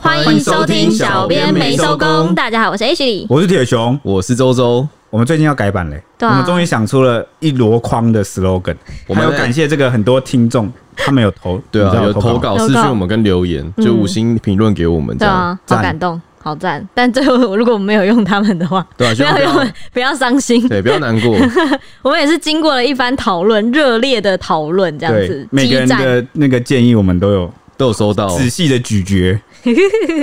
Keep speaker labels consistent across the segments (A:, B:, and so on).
A: 欢迎收听小编没收工
B: 大家好，我是 H 李。
A: 我是铁熊，
C: 我是周周，
A: 我们最近要改版嘞，
B: 对啊
A: 我们终于想出了一箩筐的 slogan，
C: 我
A: 我
C: 们
A: 们要感谢这个很多听众，他们有投，
C: 对
A: 你知
C: 啊，
A: 道
C: 有投
B: 投
C: 稿
B: 稿
C: 私讯我们跟留言，就五星评论给我们这
B: 对
C: 样，
B: 啊，好
A: 赞
B: 感动，好赞。但最后如果我们没有用他们的话，
C: 对啊，
B: 不
C: 希望
B: 要
C: 不要
B: 用，不要伤心。
C: 对，不要难过，
B: 我们也是经过了一番讨论，热烈的讨论，这样
A: 对
B: 子，
A: 每个
B: 激
A: 人
B: 战。
A: 的那个建议我们都有
C: 都有收到，
A: 仔细的咀 嚼，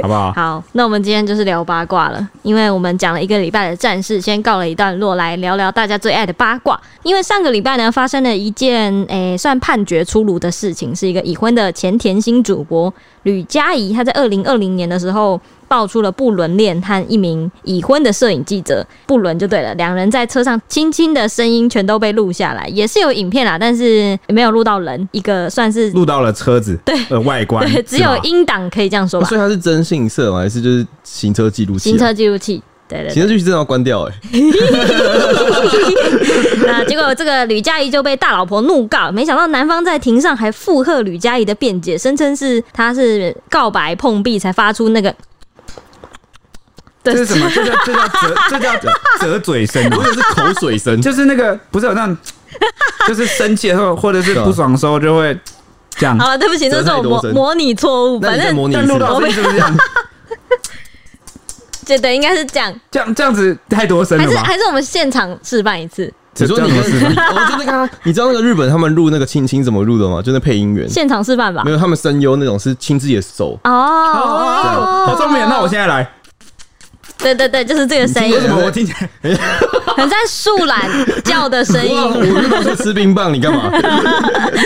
A: 好不好？
B: 好，那我们今天就是聊八卦了，因为我们讲了一个礼拜的战事，先告了一段落，来聊聊大家最爱的八卦。因为上个礼拜呢，发生了一件诶、算判决出炉的事情，是一个已婚的前甜心主播吕佳怡，她在二零二零年的时候爆出了不伦恋和一名已婚的摄影记者不伦就对了，两人在车上亲亲的声音全都被录下来，也是有影片啦，但是没有录到人，一个算是
A: 录到了车子的外观，
B: 对， 只
A: 是
B: 有
A: 吗啊
B: 音档可以这样说
C: 哦
B: 吧
C: 所，以它是真性色吗？还是就是行车记录器
B: 行
C: 啊？
B: 车记录器。对对
C: 行车记录器真的要关掉哎，
B: 对，那结果这个吕佳怡就被大老婆怒告，没想到男方在庭上还附和吕佳怡的辩解，声称是他是告白碰壁才发出那个
A: 这
B: 对
A: 是什么？这叫这叫 折，这叫折折嘴声啊
C: 我以！为是口水声，
A: 就是那个不是有 那种，就是生气的时候或者是
C: 啊
A: 不爽的时候就会这样
B: 好，了，对不起，这是我模
C: 折太多针
B: 模拟错误，
C: 那
B: 反
C: 你再
B: 正
C: 模拟一
A: 但
C: 次
A: 录，到声音是不是这样？
B: 觉得应该是这样，
A: 这样这样子太多声
B: 还
A: 了
B: 是
A: 吧？
B: 还是我们现场示范一次，
C: 你说你
A: 这
C: 跟
A: 样子
C: 你， 我真的看，你知道那个日本他们录那个亲亲怎么录的吗？就那配音员，
B: 现场示范吧
C: 没。有他们声优那种是亲自己的手，
B: 哦
A: 哦，，好聪明！那我现在来，
B: 对对对，就是这个声
A: 为
B: 音
A: 什，么我听起来
B: 很像树懒叫的声音
C: 哇，，我就当初吃冰棒，你干嘛？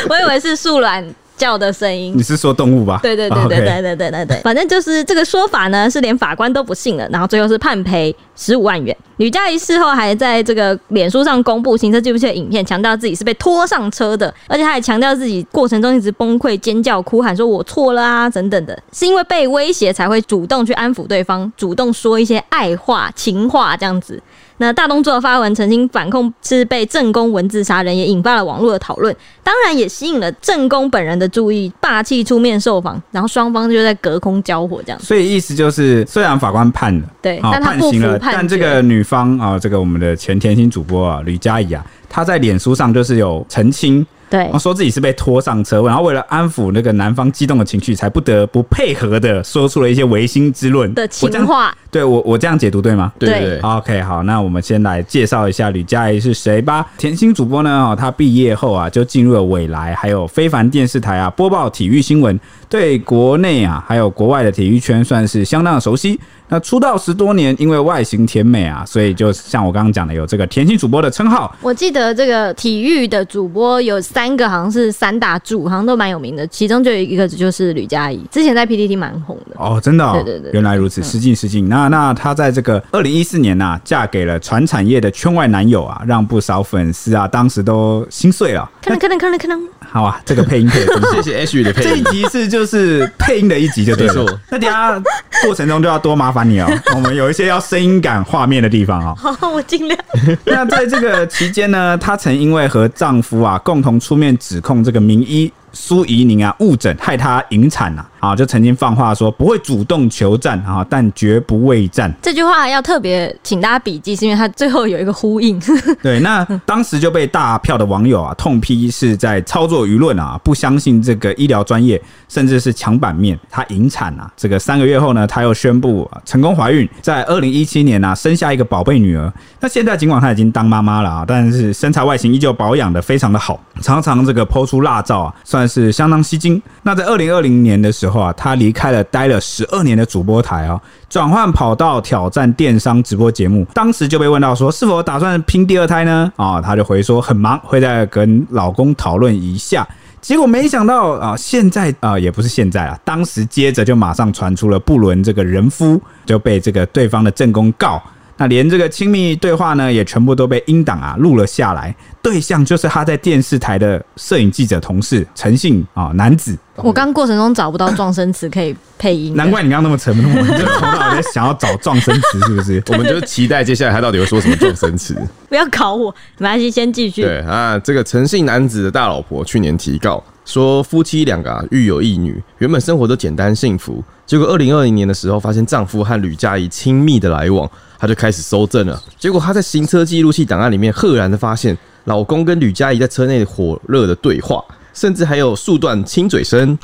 B: 我以为是树懒叫的声音
A: 你。是说动物吧？哦
B: 对对对对对对对对对，反正就是这个说法呢，是连法官都不信了，然后最后是判赔十五万元。吕佳怡事后还在这个脸书上公布行车记录器的影片，强调自己是被拖上车的，而且他还强调自己过程中一直崩溃、尖叫、哭喊，说我错了啊等等的，是因为被威胁才会主动去安抚对方，主动说一些爱话、情话这样子。那大动作的发文曾经反控是被正宫文字杀人，也引发了网络的讨论。当然也吸引了正宫本人的注意，霸气出面受访，然后双方就在隔空交火这样。
A: 所以意思就是，虽然法官判了，
B: 对
A: 啊
B: 但他
A: 判
B: 不
A: 刑
B: 服
A: 了，
B: 判
A: 但这
B: 决
A: 个女方啊，这个我们的前甜心主播啊，吕佳怡啊，她在脸书上就是有澄清，
B: 对
A: 然后说自己是被拖上车，然后为了安抚那个男方激动的情绪，才不得不配合的说出了一些违心之论
B: 的
A: 我这
B: 情
A: 样
B: 话，
A: 对我我这样解读对吗？
C: 对
B: 对
C: 对对，
A: OK，好，那我们先来介绍一下吕佳怡是谁吧。甜心主播呢，哦，她毕业后啊，就进入了未来，还有非凡电视台啊，播报体育新闻，对国内啊，还有国外的体育圈算是相当的熟悉。那出道十多年，因为外形甜美啊，所以就像我刚刚讲的，有这个甜心主播的称号。
B: 我记得这个体育的主播有三个，好像是三大柱，好像都蛮有名的，其中就有一个就是吕佳怡，之前在 PTT 蛮红的。
A: 哦，真的、哦，
B: 对对对
A: 原来如此，失敬失敬。那那她在这个二零一四年呐、嫁给了传产业的圈外男友啊，让不少粉丝啊，当时都心碎了。
B: 可能可能可能可能，
A: 好啊，这个配音配的真是
C: 谢谢 H 的
A: 这
C: 配
A: 一
C: 音，
A: 集是就是配音的一集就对
C: 没
A: 了
C: 错。
A: 那等一下过程中就要多麻烦 你哦，我们有一些要声音感画面的地方哦。
B: 好，我尽量。
A: 那在这个期间呢，她曾因为和丈夫啊共同出面指控这个名医苏怡宁啊误诊，害她引产啊，啊就曾经放话说不会主动求战啊，但绝不畏战。
B: 这句话要特别请大家笔记，是因为它最后有一个呼 应。
A: 对，那当时就被大票的网友啊痛批是在操作舆论啊，不相信这个医疗专业，甚至是抢版面。她引产啊，这个三个月后呢，她又宣布、啊成功怀孕，在二零一七年啊生下一个宝贝女儿。那现在尽管她已经当妈妈了啊，但是身材外形依旧保养的非常的好，常常这个抛出辣照啊，算是相当吸睛。那在二零二零年的时候啊，她离开了待了十二年的主播台啊，转换跑道挑战电商直播节目，当时就被问到说是否打算拼第二胎呢？啊、她就回说很忙，会再跟老公讨论一下。结果没想到啊、现在啊、也不是现在啊，当时接着就马上传出了布伦这个人夫就被这个对方的正宫告，那连这个亲密对话呢也全部都被音档啊录了下来，对象就是他在电视台的摄影记者同事陈信啊、男子，
B: 我刚过程中找不到撞声词可以配音的，
A: 难怪你刚刚那么沉默，你就从小在想要找撞声词是不是？
C: 我们就期待接下来他到底会说什么撞生词。
B: 不要搞我，没关系，先继续。
C: 对啊，这个诚信男子的大老婆去年提告，说夫妻两个啊育有一女，原本生活都简单幸福，结果二零二零年的时候发现丈夫和吕佳怡亲密的来往，她就开始搜证了。结果她在行车记录器档案里面赫然的发现，老公跟吕佳怡在车内火热的对话，甚至还有数段亲嘴声。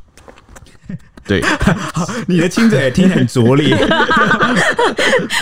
C: 对，
A: 你的亲嘴听起来很 拙劣，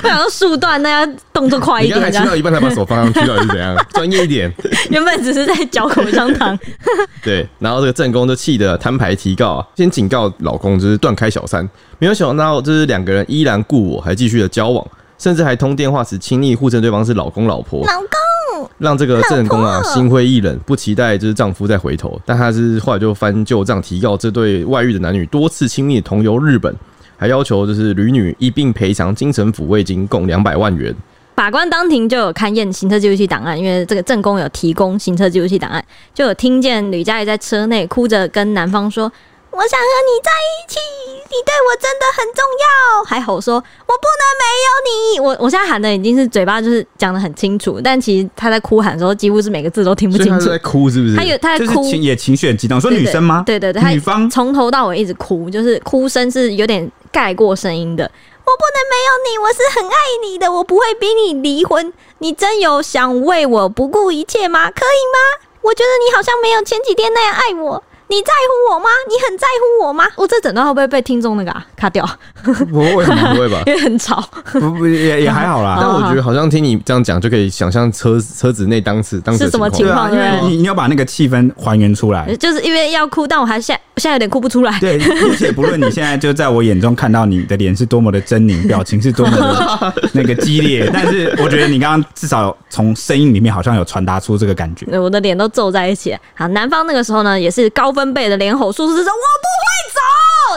B: 不然要速断，那要动作快一
C: 你刚才
B: 点。这
C: 亲
B: 样
C: 到一半才把手放上去，到底是怎样？专业一点。
B: 原本只是在嚼口香糖，
C: 对，然后这个正宫就气得摊牌提告啊，先警告老公就是断开小三，没有想到就是两个人依然故我，还继续的交往，甚至还通电话时亲昵互称对方是老公老婆，
B: 老公
C: 让这个正宫啊
B: 老婆
C: 心灰意冷，不期待就是丈夫再回头，但她是后来就翻旧账提告这对外遇的男女多次亲密同游日本，还要求就是旅女一并赔偿精神抚慰金共两百万元。
B: 法官当庭就有勘验行车记录器档案，因为这个正宫有提供行车记录器档案，就有听见吕佳怡在车内哭着跟男方说：“我想和你在一起，你对我真的很重要。”还吼说：“我不能没有你！”我我现在喊的已经是嘴巴就是讲的很清楚，但其实她在哭喊的时候，几乎是每个字哎都听不
C: 所以
B: 清
C: 她是
B: 楚
C: 在。哭是不是？
B: 她有她
A: 就
B: 在
A: 是
B: 哭，
A: 情也情绪很激动。说
B: 对
A: 女
B: 对
A: 生吗？
B: 对对对，她
A: 女方
B: 从头到尾一直哭，就是哭声是有点盖过声音的。我不能没有你，我是很爱你的，我不会逼你离婚。你真有想为我不顾一切吗？可以吗？我觉得你好像没有前几天那样爱我。你在乎我吗？你很在乎我吗？我、这整段会不会被听众那个、啊、卡掉？
C: 不会吧不会吧？
B: 因为很吵。
A: 不不也也还好
B: 哦
A: 啦。
C: 但我觉得好像听你这样讲，就可以想象车车子内当时当时的
B: 是什么
C: 情
A: 对
C: 况
A: 啊，因为你你要把那个气氛还原出来。
B: 就是因为要哭，但我还现在我现在有点哭不出来。
A: 对，姑且不论你现在就在我眼中看到你的脸是多么的狰狞，表情是多 么的那个激烈，但是我觉得你刚刚至少从声音里面好像有传达出这个感觉。
B: 对，我的脸都皱在一起。好，男方那个时候呢，也是高分贝的连吼数字说：“我不会走。”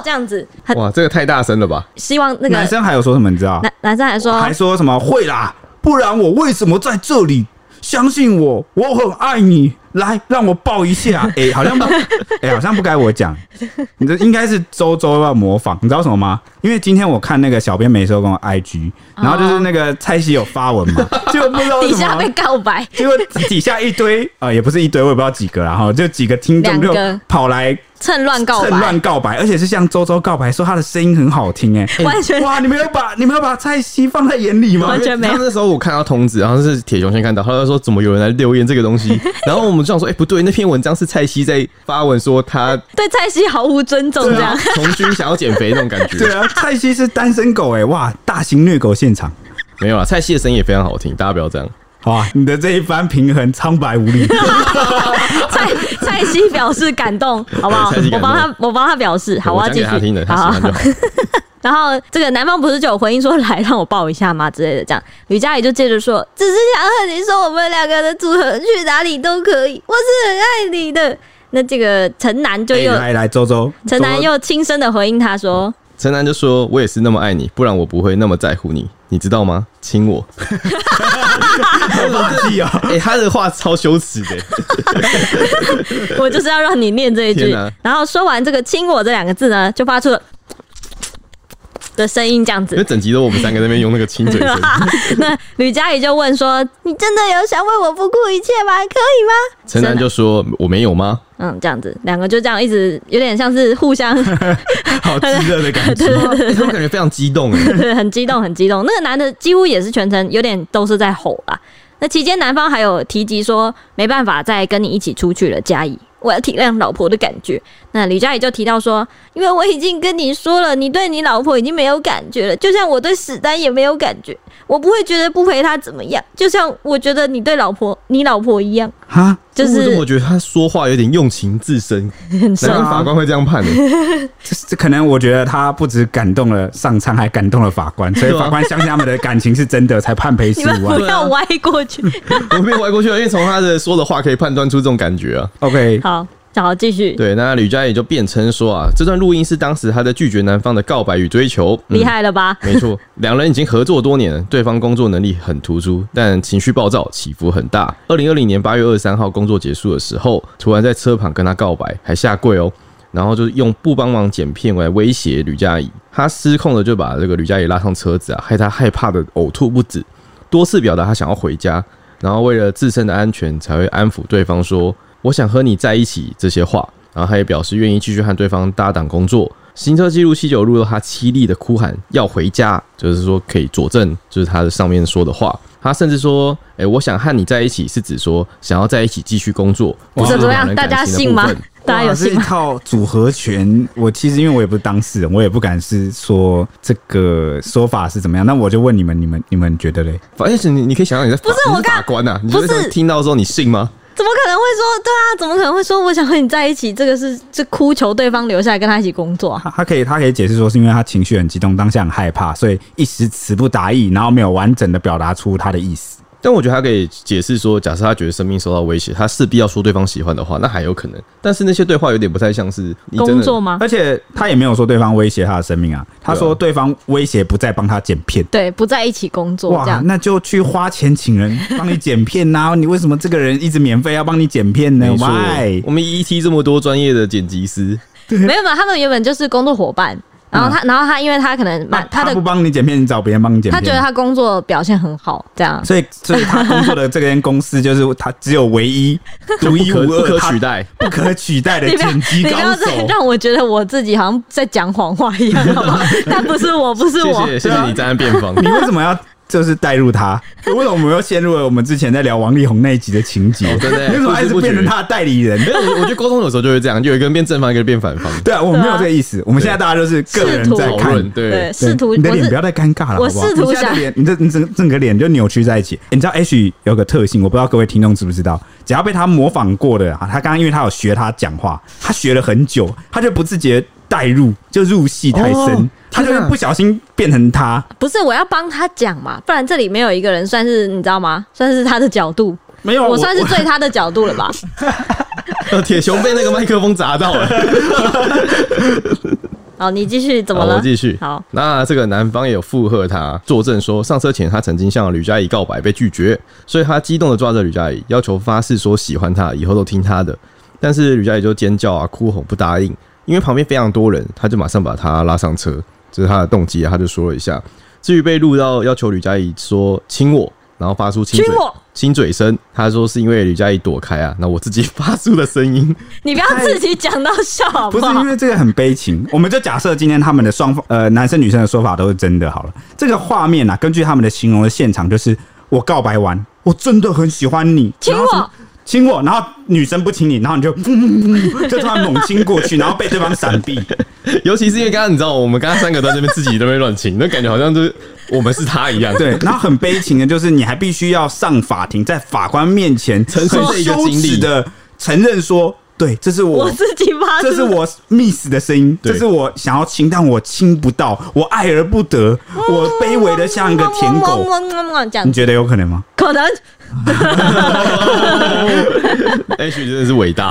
B: 这样子，他
C: 哇，这个太大声了吧？
B: 希望那个
A: 男生还有说什么你知道？
B: 男男生还说，
A: 还说什么会啦，不然我为什么在这里？相信我，我很爱你。来，让我抱一 下。哎、好像不，哎、好像不该我讲。你这应该是周周要模仿，你知道什么吗？因为今天我看那个小编没收跟我 IG，然后就是那个蔡西有发文嘛，结果不知道为
B: 哦底
A: 什
B: 下
A: 么
B: 被，告白，
A: 结果底下一堆啊、呃也不是一堆，我也不知道几个啦，然后就几个听众就
B: 两个
A: 跑来
B: 趁乱告
A: 趁
B: 白，
A: 乱告白，而且是向周周告白，说他的声音很好听、 哎、
B: 完全
A: 哇，你们有把你们有把蔡西放在眼里吗
B: 完？全没
C: 他
B: 有。
C: 那时候我看到通知，然后是铁熊先看到，他就说怎么有人来留言这个东 西，然后我们就想说，哎、不对，那篇文章是蔡西在发文说他
B: 对蔡西毫无尊重，这
C: 对
B: 样
C: 啊 从军想要减肥那 种感觉。
A: 对啊，蔡西是单身狗哎、哇，大型虐狗现场，
C: 没有啊，蔡西的声音也非常好听，大家不要这样。
A: 好啊，你的这一番平衡苍白无 力，
B: 蔡蔡西表示感 动，好不好？
C: 对蔡西
B: 我
C: 感动
B: 帮他，我帮他表示，好，
C: 我
B: 要
C: 讲
B: 继
C: 给他听
B: 续
C: 的，，他
B: 好
C: 喜欢
B: 好。
C: 就好。
B: 然后这个男方不是就有回应说来让我抱一下吗之类的，这样吕佳怡就接着说，只是想和你说我们两个的组合去哪里都可以，我是很爱你的。那这个陈楠就
A: 哎
B: 又
A: 来来，周周，
B: 陈楠又轻声的回应他说，
C: 陈楠就说：“我也是那么爱你，不然我不会那么在乎你，你知道吗？亲我。
A: 好霸气哦，
C: 哎、他的话超羞耻的、
B: 我就是要让你念这一句
C: 天哪。
B: 然后说完这个“亲我”这两个字呢，就发出了的声音，这样
C: 因为
B: 子。
C: 整集都我们三个在那边用那个亲 嘴声。
B: 那吕佳怡就问说：“你真的有想为我不顾一切吗？可以吗
C: 陈楠就说：“我没有吗？”
B: 嗯，这样子，两个就这样一直有点像是互相，
A: 好炙热的感觉，
C: 欸他们感觉非常激动哎、
B: 对 很激动，很激动。那个男的几乎也是全程有点都是在吼啦。那期间，男方还有提及说没办法再跟你一起出去了，佳怡，我要体谅老婆的感觉。那李佳怡就提到说，因为我已经跟你说了，你对你老婆已经没有感觉了，就像我对史丹也没有感觉，我不会觉得不陪她怎么样，就像我觉得你对老婆你老婆一样，
A: 哈，
B: 就
C: 我怎
B: 是
C: 么觉得他说话有点用情至深，
B: 很啊深
C: 难。怪法官会这样判、欸。
A: 这这可能我觉得他不止感动了上苍，还感动了法 官，所以
C: 对啊
A: 法官相信他们的感情是真的，才判赔
B: 你
A: 十
B: 们
A: 五
B: 不
A: 万。
B: 要歪过去。
C: 我没有歪过去了，因为从他的说的话可以判断出这种感觉 啊。
A: OK，
B: 好，好，继续，
C: 对，那吕佳也就辩称说啊，这段录音是当时他在拒绝男方的告白与追求。嗯
B: 厉害了吧？
C: 没错，两人已经合作多年了，对方工作能力很突出，但情绪暴躁，起伏很大。二零二零年八月二十三号工作结束的时候，突然在车旁跟他告白，还下跪哦，然后就是用不帮忙剪片来威胁吕佳怡。他失控的就把这个吕佳怡拉上车子啊，害他害怕的呕吐不止，多次表达他想要回家，然后为了自身的安全才会安抚对方说“我想和你在一起”这些话。然后他也表示愿意继续和对方搭档工作。行车记录器就有录到他凄厉的哭喊要回家，就是说可以佐证，就是他的上面说的话。他甚至说：“哎、我想和你在一起，是指说想要在一起继续工作。”
A: 哇
B: 怎么样？大家信吗？大家有
A: 哇这
B: 信
A: 一
B: 吗？
A: 套组合拳，我其实因为我也不是当事人，我也不敢是说这个说法是怎么样。那我就问你们，你们你们觉得嘞？
C: 反正你你可以想象你在不
B: 是我刚
C: 法官呐、啊你
B: 不
C: 就是听到之后你信吗？
B: 怎么可能会说对啊？怎么可能会说我想和你在一起？这个是这哭求对方留下来跟他一起工作啊？
A: 他他可以他可以解释说，是因为他情绪很激动，当下很害怕，所以一时词不达意，然后没有完整的表达出他的意思。
C: 但我觉得他可以解释说，假设他觉得生命受到威胁，他势必要说对方喜欢的话，那还有可能。但是那些对话有点不太像是你真的
B: 工作吗？
A: 而且他也没有说对方威胁他的生命啊，他
C: 对啊
A: 说对方威胁不再帮他剪片。
B: 对，不在一起工作这
A: 哇，
B: 样。
A: 那就去花钱请人帮你剪片呐、你为什么这个人一直免费要帮你剪片呢
C: 没错
A: ？Why？
C: 我们 ET 这么多专业的剪辑师，
B: 没有没有，他们原本就是工作伙伴。然后他，然后他，因为他可能
A: 那
B: 蛮他的
A: 嗯啊不，帮你剪片，你找别人帮你剪
B: 他
A: 片。
B: 觉得他工作表现很好，这 样。
A: 所以，所以他工作的这间公司就是他只有唯一、独 一无
C: 可不
A: 二、
C: 可
A: 他
C: 取代。
A: 不可取代的
B: 你不要，
A: 剪辑
B: 你不
A: 高
B: 要再
A: 手。
B: 让我觉得我自己好像在讲谎话一样， 好不好？但不是我，不是
C: 谢
B: 我，
C: 谢谢谢你站在辩 方，
A: 你为什么要就是带入他？为什么我们又陷入了我们之前在聊王力宏那一集的情节？
C: 哦真的
A: 你为什么还是
C: 不知不觉
A: 变成他的代理人？
C: 没有，我我觉得沟通有时候就会这样，就有一个人变正方，一个人变反方，
A: 对啊，我们没有这个意思。我们现在大家就是个人在
C: 讨
A: 看
C: 论。对
B: 对，。试图
A: 对你的
B: 我
A: 脸
B: 是
A: 不要再尴尬了，
B: 我
A: 好不好
B: 试图
A: 你现在的
B: 想
A: 脸，你这你整整个脸就扭曲在一起。欸你知道 H 有个特性，我不知道各位听众知不知道，只要被他模仿过的啊，他刚刚因为他有学他讲话，他学了很久，他就不自觉带入，就入戏太深，
C: 哦
A: 他就
C: 天
A: 会
C: 哪
A: 不小心变成他。
B: 不是我要帮他讲嘛，不然这里没有一个人算是你知道吗？算是他的角度，
A: 没有啊，
B: 我算是最他的角度了吧？
C: 呃，铁熊被那个麦克风砸到了。
B: 好，你继续怎么
C: 好，
B: 了？
C: 我继续。
B: 好，
C: 那这个男方也有附和他，作证说上车前他曾经向吕佳怡告白被拒绝，所以他激动的抓着吕佳怡，要求发誓说喜欢她，以后都听她的。但是吕佳怡就尖叫啊、哭哄不答应，因为旁边非常多人，他就马上把他拉上车，这是他的动机啊，他就说了一下。至于被录到要求吕佳怡说亲我，然后发出亲
B: 亲
C: 嘴
B: 我
C: 亲嘴声，他说是因为吕佳怡躲开啊，那我自己发出的声音。
B: 你不要自己讲到笑好
A: 不是
B: 好
A: 因？为这个很悲情，我们就假设今天他们的双方，呃，男生女生的说法都是真的好了。这个画面啊，根据他们的形容的现场，就是我告白完，我真的很喜欢你，
B: 亲我
A: 然后什么，亲我，然后女生不亲你，然后你就就突然猛亲过去，然后被对方闪避。
C: 尤其是因为刚刚你知道，我们刚刚三个都在那边自己在那边乱亲，那感觉好像就是我们是他一样。
A: 对，然后很悲情的就是，你还必须要上法庭，在法官面前
C: 承受这
A: 很
C: 一个
A: 羞
C: 经历
A: 耻的承认说，对，这是
B: 我自己发出，
A: 哦这是我 miss 的声音，
C: 对
A: 这是我想要亲，但我亲不到，我爱而不得，
B: 嗯
A: 我卑微的像一个舔
B: 汪
A: 狗。
B: 汪汪汪汪这样
A: 你，觉得有可能吗？
B: 可能
C: H 真的是 伟大。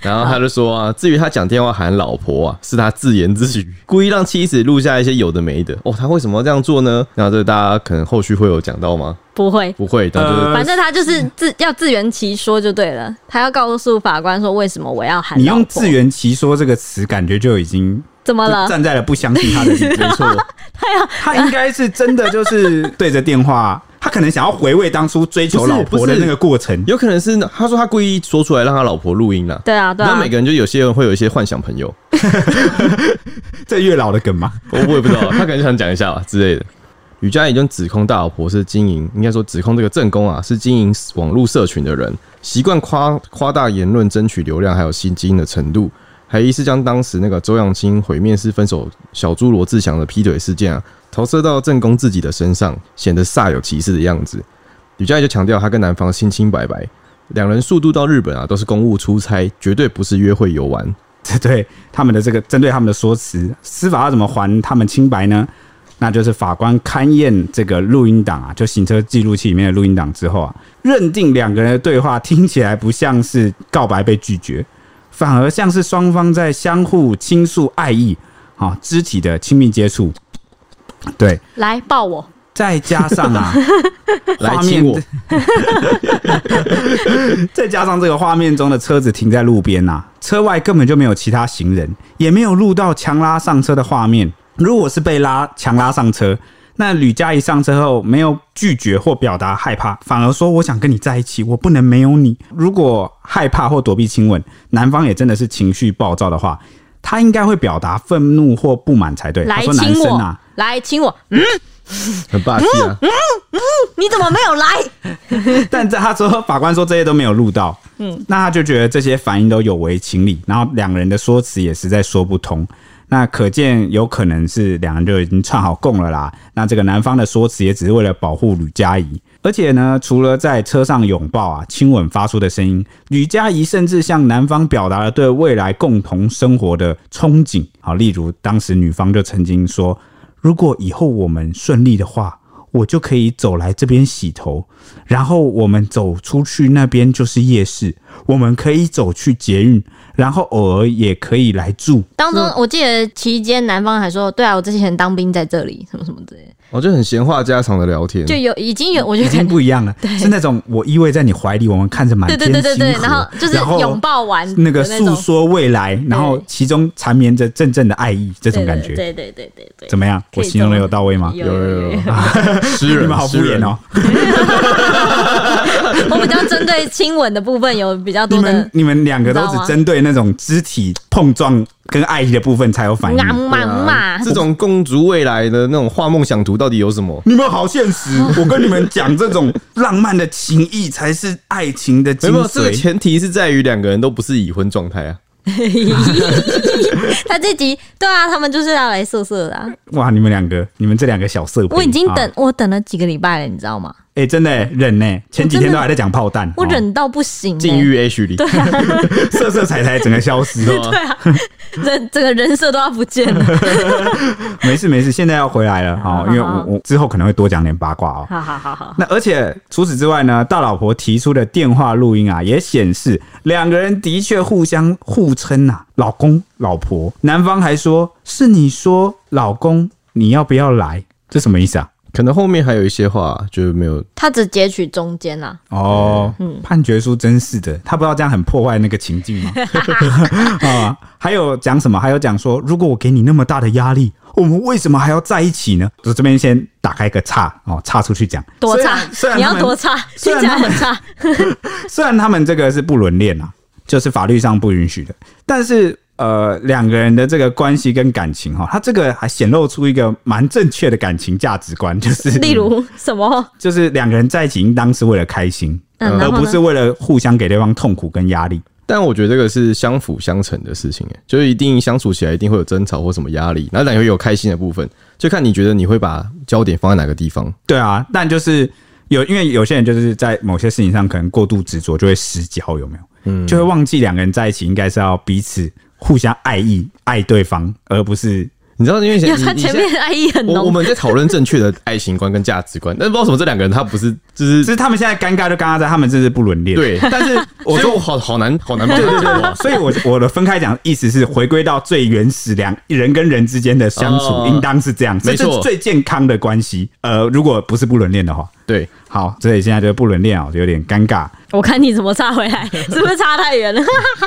C: 然后他就说啊，至于他讲电话喊老婆啊，是他自言自语，故意让妻子录下一些有的没的。哦，他为什么要这样做呢？然后这个大家可能后续会有讲到吗？
B: 不会。
C: 不会，但就是、
A: 呃
B: 反正他就是自要自圆其说就对了，他要告诉法官说为什么我要喊
A: 你
B: 啊老婆。
A: 用“自圆其说”这个词，感觉就已经
B: 怎么了？
A: 站在了不相信他的立场。没错， 他应该是真的就是对着电话，他可能想要回味当初追求老
C: 不
A: 婆
C: 是
A: 的
C: 不是
A: 那个过程。
C: 有可能是他说他故意说出来让他老婆录音了、
B: 对啊，对
C: 那
B: 啊，
C: 每个人就有些人会有一些幻想朋友，
A: 这月老的梗吗？
C: 我我也不知道，他可能想讲一下吧之类的。吕佳怡就指控大老婆是经营，应该说指控这个正宫啊是经营网络社群的人，习惯夸夸大言论争取流量，还有吸金的程度，还疑似将当时那个周扬青毁面式分手小猪罗志祥的劈腿事件啊，投射到正宫自己的身上，显得煞有其事的样子。吕佳怡就强调她跟男方清清白白，两人速度到日本啊都是公务出差，绝对不是约会游玩。
A: 这对他们的这个针对他们的说辞，司法要怎么还他们清白呢？那就是法官勘验这个录音档啊，就行车记录器里面的录音档之后啊，认定两个人的对话听起来不像是告白被拒绝，反而像是双方在相互倾诉爱意啊，肢体的亲密接触。对，
B: 来抱我，
A: 再加上啊，
C: 来
A: 画
C: 亲
A: 面
C: 我，
A: 再加上这个画面中的车子停在路边呐、啊车外根本就没有其他行人，也没有录到强拉上车的画面。如果是被拉强拉上车，那吕嘉一上车后没有拒绝或表达害怕，反而说我想跟你在一起，我不能没有你。如果害怕或躲避亲吻，男方也真的是情绪暴躁的话，他应该会表达愤怒或不满才对。他
B: 来
A: 说男
B: 亲
A: 生
B: 我，
A: 啊，
B: 来亲我，
C: 很霸气啊！
B: 你怎么没有来？
A: 但这他说法官说这些都没有录到，嗯，那他就觉得这些反应都有违情理，然后两人的说辞也实在说不通。那可见有可能是两人就已经串好供了啦。那这个男方的说辞也只是为了保护吕佳怡，而且呢，除了在车上拥抱啊、亲吻发出的声音，吕佳怡甚至向男方表达了对未来共同生活的憧憬。好，例如当时女方就曾经说，如果以后我们顺利的话，我就可以走来这边洗头，然后我们走出去那边就是夜市，我们可以走去捷运，然后偶尔也可以来住。
B: 当中我记得期间，男方还说：“对啊，我之前当兵在这里，什么什么之类的，
C: 我哦就很闲话家常的聊天
B: 就，有已经有，我就
A: 已
B: 感
A: 经
B: 觉
A: 不一样了，是那种我依偎在你怀里，我们看着满
B: 对
A: 天
B: 对
A: 星河，
B: 对对对，然后就是
A: 然后
B: 拥抱完
A: 那个
B: 的
A: 诉
B: 种
A: 说未来，然后其中缠绵着阵阵的爱意，这种感觉
B: 对对对对对
A: 怎
B: 对，
A: 么样？
B: 可
A: 我
B: 以
A: 形容的
B: 这么
A: 有到位吗？
B: 有
C: 有有有，诗
A: 你
C: 人，
A: 们好敷
C: 诗
A: 衍
C: 人
A: 哦！！
B: 我比较针对亲吻的部分 有比较
A: 你
B: 多
A: 们
B: 的
A: 你们两个都
B: 你知
A: 只
B: 道吗
A: 针对那种肢体碰撞跟爱意的部分才有反应，
B: 啊
C: 对
B: 嘛
C: 啊
B: 嘛，
C: 这种共筑未来的那种画梦想图到底有什么？
A: 你们好现 实！我跟你们讲，这种浪漫的情谊才是爱情的
C: 没
A: 精
C: 有，这个
A: 髓。
C: 前提是在于两个人都不是已婚状态啊。
B: 他这集对啊，他们就是要来色色的啊。
A: 哇，你们两个，你们这两个小色胚，
B: 我已经
A: 哎、
B: 等我等了几个礼拜了，你知道吗？
A: 诶真的、欸、忍呢、前几天都还在讲炮弹，
B: 我
A: 哦
B: 忍到不行，欸
C: 禁欲 H 里，
A: 色色彩彩整个 消失。哦
C: 对吧？
B: 啊这这个人设都要不见了。
A: 没事没事，现在要回来了哦，因为我我之后可能会多讲点八卦哦。
B: 好好好好，
A: 那而且除此之外呢，大老婆提出的电话录音啊，也显示两个人的确互相互称啊，老公、老婆。男方还说是你说老公，你要不要来？这什么意思啊？
C: 可能后面还有一些话就是没有
B: 他只截取中间啊啦，
A: 哦，判决书真是的，他不知道这样很破坏那个情境吗？ 啊，还有讲什么？还有讲说，如果我给你那么大的压力，我们为什么还要在一起呢？我这边先打开个岔哦，岔出去讲，
B: 多
A: 虽
B: 差
A: 然虽，然
B: 你要
A: 他们
B: 多差，
A: 虽
B: 听
A: 然
B: 起来
A: 他们
B: 很差。
A: 虽然他们这个是不伦恋啊，就是法律上不允许的，但是呃，两个人的这个关系跟感情哈、哦他这个还显露出一个蛮正确的感情价值观，就是
B: 例如什么？
A: 就是两个人在一起应当是为了开心，
B: 嗯
A: 而
B: 然后
A: 呃不
B: 呢
A: 是为了互相给对方痛苦跟压力。
C: 但我觉得这个是相辅相成的事情，哎，就是一定相处起来一定会有争吵或什么压力，然后两个有开心的部分，就看你觉得你会把焦点放在哪个地方。
A: 对啊，但就是有，因为有些人就是在某些事情上可能过度执着，就会失焦，有没有？嗯，就会忘记两个人在一起应该是要彼此互相爱意、爱对方，而不是
C: 你知道，因为 以前
A: 啊
B: 有他
C: 你
B: 前
C: 你
B: 面爱意很
C: 现在我我
B: 浓，
C: 们在讨论正确的爱情观跟价值观，但不知道为什么这两个人他不是就是
A: 只是他们现在尴尬就尴尬在他们这是不伦恋。
C: 对， 但是我说我好好难好难判断这个哦
A: 所以我，我的分开讲，意思是回归到最原始两人跟人之间的相处，
C: 哦
A: 应当是这样，
C: 没错
A: 这是最健康的关系。呃，如果不是不伦恋的话，
C: 对，
A: 好，所以现在这个不伦恋啊，就有点尴尬。
B: 我看你怎么差回 来，是不是差太远了？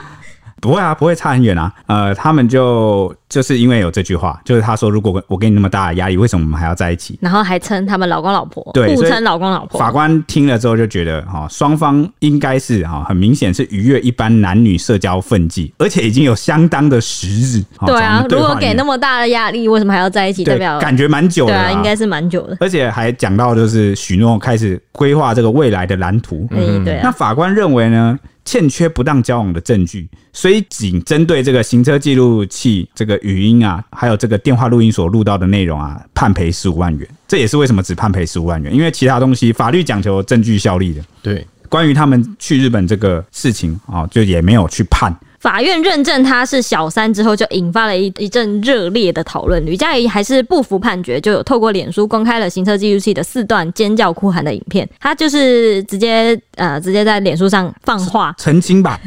A: 不会啊，不会差很远啊。呃，他们就就是因为有这句话，就是他说，如果我给你那么大的压力，为什么我们还要在一起？
B: 然后还称他们老公老婆，
A: 对
B: 互
A: 所以
B: 称老公老婆
A: 法。官听了之后就觉得，哈、双方应该是哈、很明显是逾越一般男女社交分际，而且已经有相当的时日。哈
B: 对啊
A: 从，
B: 如
A: 话
B: 果
A: 里
B: 给
A: 面
B: 那么大的压力，为什么还要在一起？代表
A: 对，感觉蛮久
B: 对
A: 的啦、
B: 啊，应该是蛮久的。
A: 而且还讲到就是许诺开始规划这个未来的蓝图。
B: 哎、对
A: 嗯那
B: 啊，
A: 法官认为呢，欠缺不当交往的证据，所以仅针对这个行车记录器、这个语音啊，还有这个电话录音所录到的内容啊，判赔十五万元。这也是为什么只判赔十五万元，因为其他东西法律讲求证据效力的。
C: 对，
A: 关于他们去日本这个事情啊、就也没有去判。
B: 法院认证他是小三之后，就引发了一一阵热烈的讨论。吕佳怡还是不服判决，就有透过脸书公开了行车记录器的四段尖叫哭喊的影片。他就是直接呃直接在脸书上放话，
A: 澄 清吧，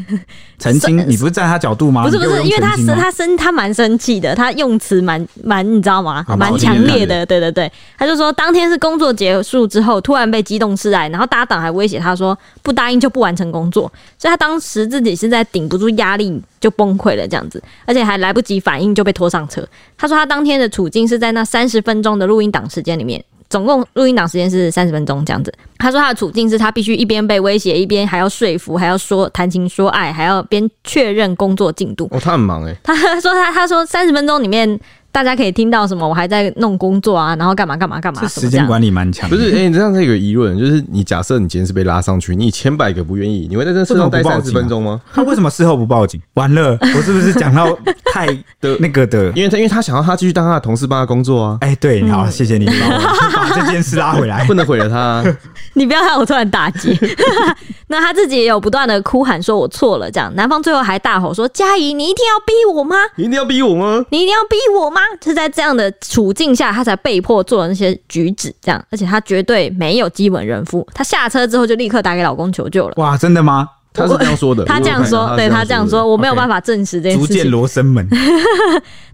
A: 澄清
B: 是，
A: 你不是站他角度吗？
B: 不是不
A: 啊你给我
B: 是，
A: 用
B: 因为他
A: 澄清
B: 生
A: 吗
B: 他生他蛮生气的，他用词蛮蛮你知道吗
A: 啊？蛮
B: 蛮
A: 有
B: 强
A: 力量
B: 烈
A: 的
B: 的，对对对。他就说当天是工作结束之后，突然被激动吃爱，然后搭档还威胁他说不答应就不完成工作，所以他当时自己是在顶不住压力就崩溃了这样子，而且还来不及反应就被拖上车。他说他当天的处境是在那三十分钟的录音档时间里面，总共录音档时间是三十分钟这样子。他说他的处境是他必须一边被威胁，一边还要说服，还要说谈情说爱，还要边确认工作进度。
C: 哦，他很忙哎、
B: 他说他他说三十分钟里面大家可以听到什么？我还在弄工作啊，然后干嘛干嘛干嘛
A: 这
B: 什么
A: 时
B: 这
A: 间
B: 样。
A: 管理蛮强的。
C: 不是哎、你这样子有个疑问，就是你假设你今天是被拉上去，你千百个不愿意，你会在这车上待
A: 为什么不报
C: 三
A: 警
C: 十
A: 啊
C: 分钟吗？
A: 他为什么事后不报警？完了，我是不是 讲到太
C: 的
A: 那个的？
C: 因为他因为他想要他继续当他的同事帮他工作啊，
A: 哎，对，好，谢谢你帮我把这件事拉 回来
C: 不。能毁了他啊、
B: 你不要害我突然打 结。那他自己也有不断的哭喊说：“我错了。”这样，男方最后还大吼说：“佳怡，你一定要逼我吗？
C: 你一定要逼我吗？
B: 你一定要逼我吗？”是在这样的处境下，他才被迫做了那些举止，这样，而且他绝对没有基本人夫。他下车之后就立刻打给老公求救了。
A: 哇，真的吗？
C: 他是这样说的，
B: 他这样说，对他这样说，我没有办
C: 法。
B: 法证实这件
A: 逐
B: 事情
A: 渐。罗生门，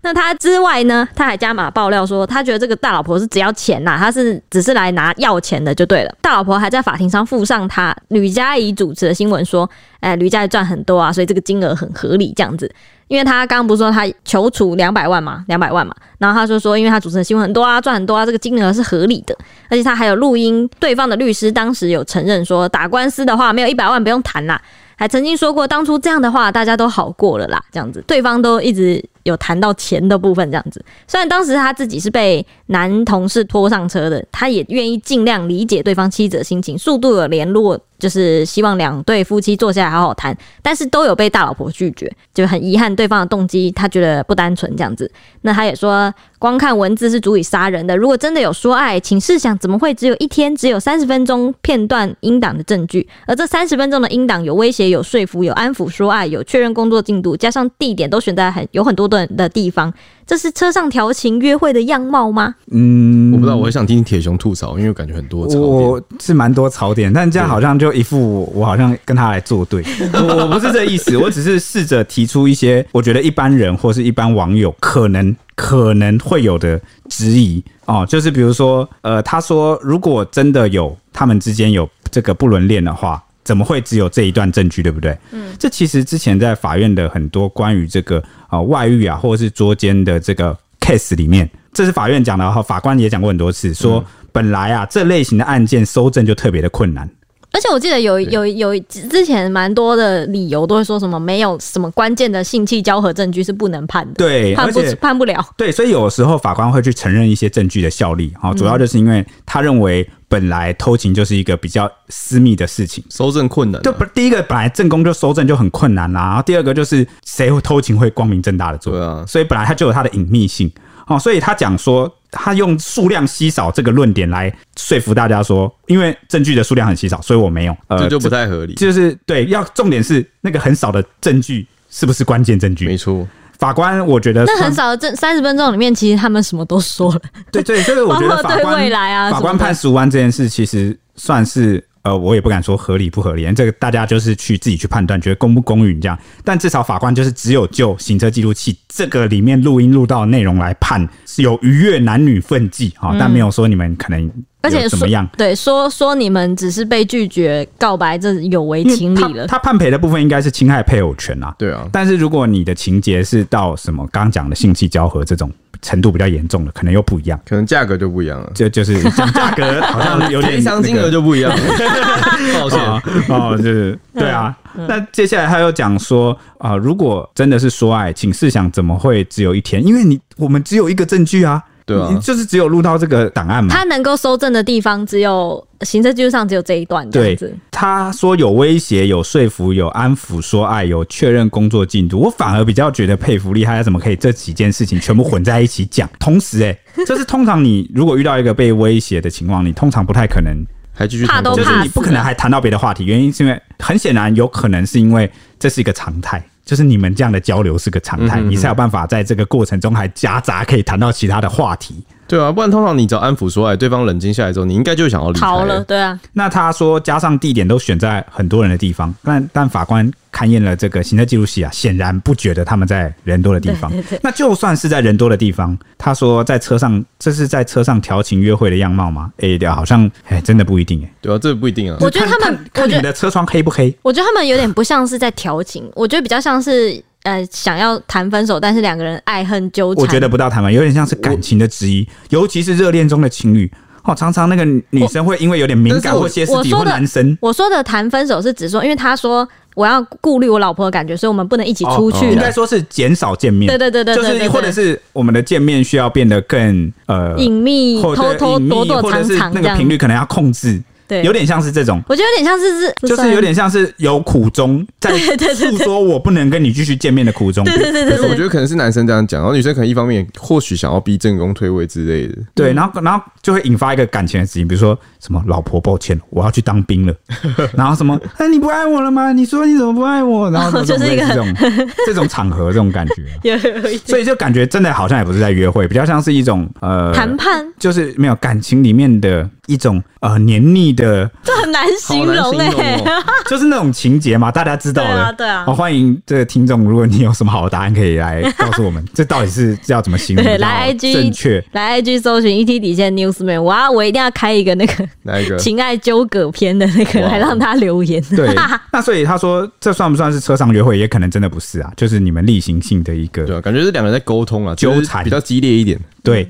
B: 那他之外呢，他还加码爆料说，他觉得这个大老婆是只要钱呐、他是只是来拿要钱的就对了。大老婆还在法庭上附上他吕佳怡主持的新闻说，哎、吕佳怡赚很多啊，所以这个金额很合理这样子。因为他刚刚不是说他求处两百万嘛，两百万嘛，然后他就说，因为他主持的新闻很多啊，赚很多啊，这个金额是合理的，而且他还有录音，对方的律师当时有承认说，打官司的话没有一百万不用谈啦，还曾经说过，当初这样的话大家都好过了啦，这样子，对方都一直有谈到钱的部分，这样子。虽然当时他自己是被男同事拖上车的，他也愿意尽量理解对方妻子的心情，速度有联络，就是希望两对夫妻坐下来好好谈，但是都有被大老婆拒绝，就很遗憾对方的动机，他觉得不单纯这样子。那他也说，光看文字是足以杀人的，如果真的有说爱，请试想怎么会只有一天，只有三十分钟片段音档的证据，而这三十分钟的音档有威胁、有说服、有安抚说爱、有确认工作进度，加上地点都选在很有很多的人的地方，这是车上调情约会的样貌吗？
A: 嗯，
C: 我不知道，我很想听铁熊吐槽，因为我感觉很多槽点。
A: 我是蛮多槽点，但这样好像就一副我好像跟他来作对， 我我不是这意思，我只是试着提出一些我觉得一般人或是一般网友可能可能会有的质疑哦，就是比如说，呃，他说如果真的有他们之间有这个不伦恋的话。怎么会只有这一段证据，对不对？嗯，这其实之前在法院的很多关于这个啊、呃外遇啊，或者是捉奸的这个 case 里面，这是法院讲的哈，法官也讲过很多次，
C: 嗯
A: 说本来啊这类型的案件搜证就特别的困难，
B: 而且我记得有
C: 对
B: 有有之前蛮多的理由都会说什么没有什么关键的性器交合证据是不能判的，
A: 对，
B: 判
A: 而
B: 不
A: 且
B: 判不了。
A: 对，所以有时候法官会去承认一些证据的效力，
C: 嗯
A: 哈、主要就是因为他认为本来偷情就是一个比较私密的事情。
C: 收证困难啊、
A: 就不，第一个本来正宫就搜证就很困难啦，然后第二个就是谁会偷情会光明正大的做，
C: 对啊
A: 所以本来他就有他的隐秘性，哦，所以他讲说他用数量稀少这个论点来说服大家说，因为证据的数量很稀少，所以我没有，呃，
C: 这就不太合理。
A: 就是对，要重点是那个很少的证据是不是关键证
C: 没
A: 据？
C: 错，
A: 法官我觉得
B: 那很
A: 算
B: 少的证三十分钟里面，其实他们什么都说了。
A: 对对，这个我觉
B: 包
A: 得
B: 括
A: 法
B: 对
A: 官
B: 未来啊
A: 法
B: 什
A: 官
B: 么的
A: 判十五万这件事其实算是。呃，我也不敢说合理不合理，这个大家就是去自己去判断，觉得公不公允这样。但至少法官就是只有就行车记录器这个里面录音录到的内容来判，是有逾越男女分际啊、但没有说你们可能
B: 嗯而且
A: 有怎
B: 说
A: 么样。
B: 对，说说你们只是被拒绝告白，这有违
A: 因为
B: 情理
A: 他
B: 了。
A: 他判赔的部分应该是侵害配偶权啊，
C: 对啊，
A: 但是如果你的情节是到什么刚讲的性器交合这种程度比较严重的，可能又不一样。
C: 可能价格就不一样了，
A: 就就是讲价格好像有点、
C: 赔
A: 那个
C: 偿金额就不一样了。 抱
A: 哦
C: 歉，
A: 哦，就是
C: 嗯
A: 对啊。那接下来他又讲说啊、如果真的是说爱，请试想怎么会只有一天？因为你我们只有一个证据啊，
C: 对啊
A: 你就是只有录到这个档案嘛。
B: 他能够搜证的地方，只有行车记录上只有这一段这样
A: 对
B: 子。，
A: 他说有威胁、有说服、有安抚、说爱、有确认工作进度，我反而比较觉得佩服厉害，他怎么可以这几件事情全部混在一起讲？同时、欸， 哎，就是通常你如果遇到一个被威胁的情况，你通常不太可能
C: 还继续
B: 怕都
C: 谈
A: 就
C: 公
A: 是
B: 怕
C: 司
A: 你不可能还谈到别的话题，原因是因为很显然有可能是因为这是一个常态，就是你们这样的交流是个常态，
C: 嗯哼
A: 你才有办法在这个过程中还夹杂可以谈到其他的话题。
C: 对啊，不然通常你只要安抚说，哎，对方冷静下来之后，你应该就会想要离
B: 逃
C: 开
B: 了，。对啊，
A: 那他说，加上地点都选在很多人的地方，但但法官勘验了这个行车记录器啊，显然不觉得他们在人多的地方。那就算是在人多的地方，他说在车上，这是在车上调情约会的样貌吗？哎、对啊好像哎、真的不一定哎、
C: 对啊，这不一定啊。
B: 我觉得他
A: 看
B: 们
A: 看，看
B: 我
A: 你
B: 觉
A: 们
B: 得，
A: 的车窗黑不黑？
B: 我觉得他们有点不像是在调情，我觉得比较像是呃想要谈分手，但是两个人爱恨纠缠。
A: 我觉得不到谈判，有点像是感情的质疑，尤其是热恋中的情侣。哦，常常那个女生会因为有点敏感
C: 但是我
A: 或歇斯
B: 我
A: 底或
B: 说的
A: 男生，
B: 我说的谈分手是指说，因为他说我要顾虑我老婆的感觉，所以我们不能一起出
A: 哦
B: 去
A: 应
B: 了。
A: 该说是减少见面，
B: 对对对对对
A: 就
B: 对
A: 是
B: 对
A: 或者是我们的见面需要变得更呃
B: 隐秘、
A: 或者
B: 偷偷、
A: 隐秘
B: 躲躲
A: 或者
B: 藏
A: 是
B: 藏
A: 那
B: 这
A: 个
B: 样
A: 频。率可能要控制，
B: 对，
A: 有点像是这种。
B: 我觉得有点像是是，
A: 就是有点像是有苦衷， 在诉说我不能跟你继续见面的苦衷。对对对
C: 可是我觉得可能是男生这样讲，然后女生可能一方面或许想要逼正宫退位之类的，
A: 对，然后然后就会引发一个感情的事情，比如说什么老婆，抱歉，我要去当 兵了，然后什么，哎，你不爱我了吗？你说你怎么不爱 我？然后
B: 哦就是一个
A: 这种类似这种这种场合，这种感觉，
B: 有有一点
A: 所以就感觉真的好像也不是在约会，比较像是一种呃
B: 谈判，
A: 就是没有感情里面的一种呃黏 腻的，
B: 这很难形容哎、
C: 哦
A: 就是那种情节嘛，大家知道的。
B: 对啊对啊
A: 好、欢迎这个听众，如果你有什么好的答案，可以来告诉 我们，这到底是要怎么形容
B: 对
A: 比较
B: 来 IG
A: 正确？
B: 来 IG 哎搜寻 ET 底线 Newsman，哇，我一定要开一个那个
C: 哪一个？
B: 情爱纠葛篇的那个
C: 哇
B: 来让他留言。
A: 对，那所以他说，这算不算是车上约会？也可能真的不是啊，就是你们例行性的一
C: 对
A: 个
C: 啊，感觉是两个人在沟通啊，
A: 纠缠
C: 就是比较激烈一点。
A: 对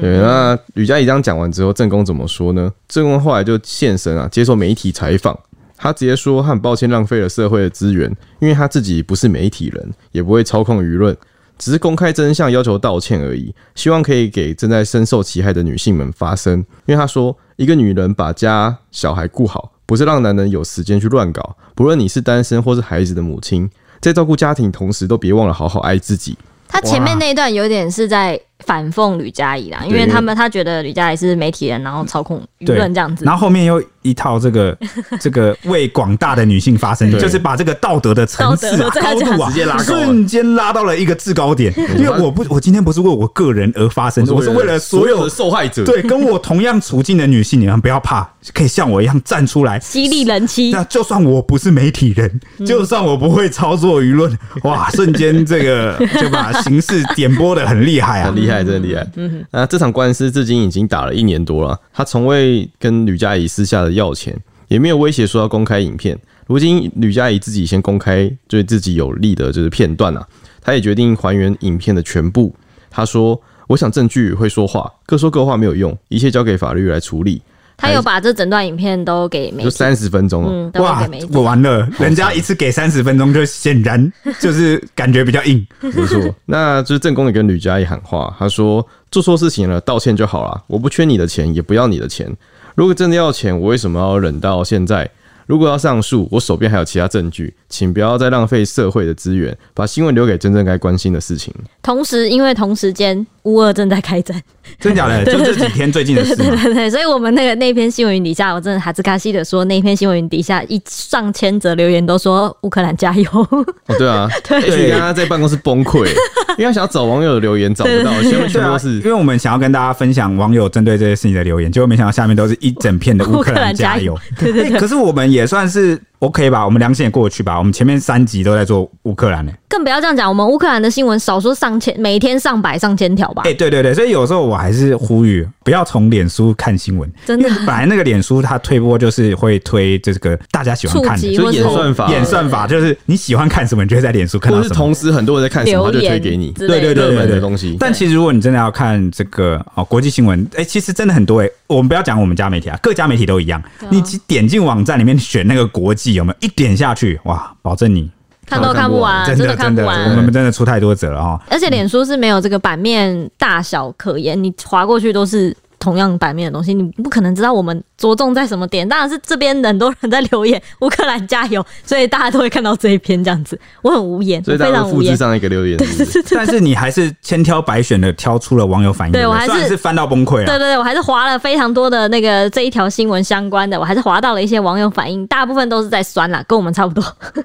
C: 对，那吕佳怡这样讲完之后，正宫怎么说呢？正宫后来就现身啊，接受媒体采访，他直接说他很抱歉浪费了社会的资源，因为他自己不是媒体人，也不会操控舆论，只是公开真相，要求道歉而已，希望可以给正在深受其害的女性们发声。因为他说，一个女人把家小孩顾好，不是让男人有时间去乱搞，不论你是单身或是孩子的母亲。在照顾家庭同时，都别忘了好好爱自己。
B: 他前面那一段有点是在反讽吕佳怡啦，因为他们他觉得吕佳怡是媒体人，然后操控舆
A: 对，
B: 论这样子。
A: 然后后面又一套这 个这个为广大的女性发声，
C: 对
A: 就是把这个道德的层次啊、
B: 道德
A: 高度啊，
C: 直接拉高啊
A: 瞬间拉到了一个制高点。因为我不，我今天不是为我个人而发声，我是为了所有
C: 的受害者。
A: 对，跟我同样处境的女性，你们不要怕，可以像我一样站出来。
B: 犀利人妻
A: 那就算我不是媒体人，
B: 嗯
A: 就算我不会操作舆论，哇，瞬间这个就把形势点拨的很厉害啊
C: 很！厉害，真的厉害。那这场官司至今已经打了一年多了，他从未跟吕佳怡私下的要钱，也没有威胁说要公开影片。如今吕佳怡自己先公开对自己有利的就是片段啊，他也决定还原影片的全部。他说：“我想证据会说话，各说各话没有用，一切交给法律来处理。
B: 他有把这整段影片都给”媒
C: 就
B: 体，
C: 三十分钟哦，
B: 嗯，都给
A: 哇
B: 媒，体。
A: 我完了，人家一次给三十分钟，就显然就是感觉比较硬。
C: 没错。那就是正宫也跟吕佳怡喊话，他说：“做错事情了，道歉就好了，我不缺你的钱，也不要你的钱。如果真的要钱，我为什么要忍到现在？如果要上诉，我手边还有其他证据，请不要再浪费社会的资源，把新闻留给真正该关心的事情。
B: 同时，因为同时间乌俄正在开战，
A: 真假的？就这几天最近的事
B: 对
A: 嘛。
B: 对对，所以我们那个那篇新闻云底下，我真的哈兹卡西的说，那篇新闻云底下一上千则留言都说乌克兰加油，
C: 哦，对啊，H 刚刚在办公室崩溃，因为他想要找网友的留言找不到，前面全
A: 对
C: 部
A: 啊
C: 都，
A: 因
C: 是。
A: 为我们想要跟大家分享网友针对这些事情的留言，结果没想到下面都是一整片的乌克兰加油。对对可是我们也算是 OK 吧，我们良心也过得去吧。我们前面三集都在做乌克兰呢、
B: 更不要这样讲，我们乌克兰的新闻少说上千，每天上百上千条吧
A: 哎、。对对对，所以有时候我还是呼吁不要从脸书看新闻，
B: 真的
A: 因为本来那个脸书它推播就是会推这个大家喜欢看
B: 触
A: 的
B: 及，
C: 就是演算法，
A: 演算法就是你喜欢看什么，你就会在脸书看
C: 或
A: 到
C: 是
A: 什么。
C: 同时很多人在看什么，他
B: 留
C: 就推
B: 言
C: 给你。
B: 之类的
A: 对对对
C: 热门的东西
A: 但其实如果你真的要看这个哦国际新闻，哎、其实真的很多哎、我们不要讲我们家媒体啊，各家媒体都一样。
B: 啊
A: 你只点进网站里面选那个国际有没有，一点下去哇，保证你
B: 看都看不完，
A: 真
B: 啊的看
A: 真
B: 不
A: 的，
B: 完。
A: 我们真的出太多折了 哦。
B: 而且脸书是没有这个版面大小可言，你划过去都是同样版面的东西，你不可能知道我们着重在什么点。当然是这边很多人在留言“乌克兰加油”，所以大家都会看到这一篇这样子。我很无言，
C: 所以
B: 我
C: 大
B: 非
C: 家
B: 常
C: 会
B: 无
C: 复制
B: 言。
C: 上一个留言，是不是
A: 但是你还是千挑百选的挑出了网友反应，
B: 对
A: 不
B: 我还是
A: 虽然是翻到崩溃啊
B: 对对
A: 了。
B: 对，我还是划了非常多的那个这一条新闻相关的，我还是划到了一些网友反应，大部分都是在酸啦，跟我们差不多。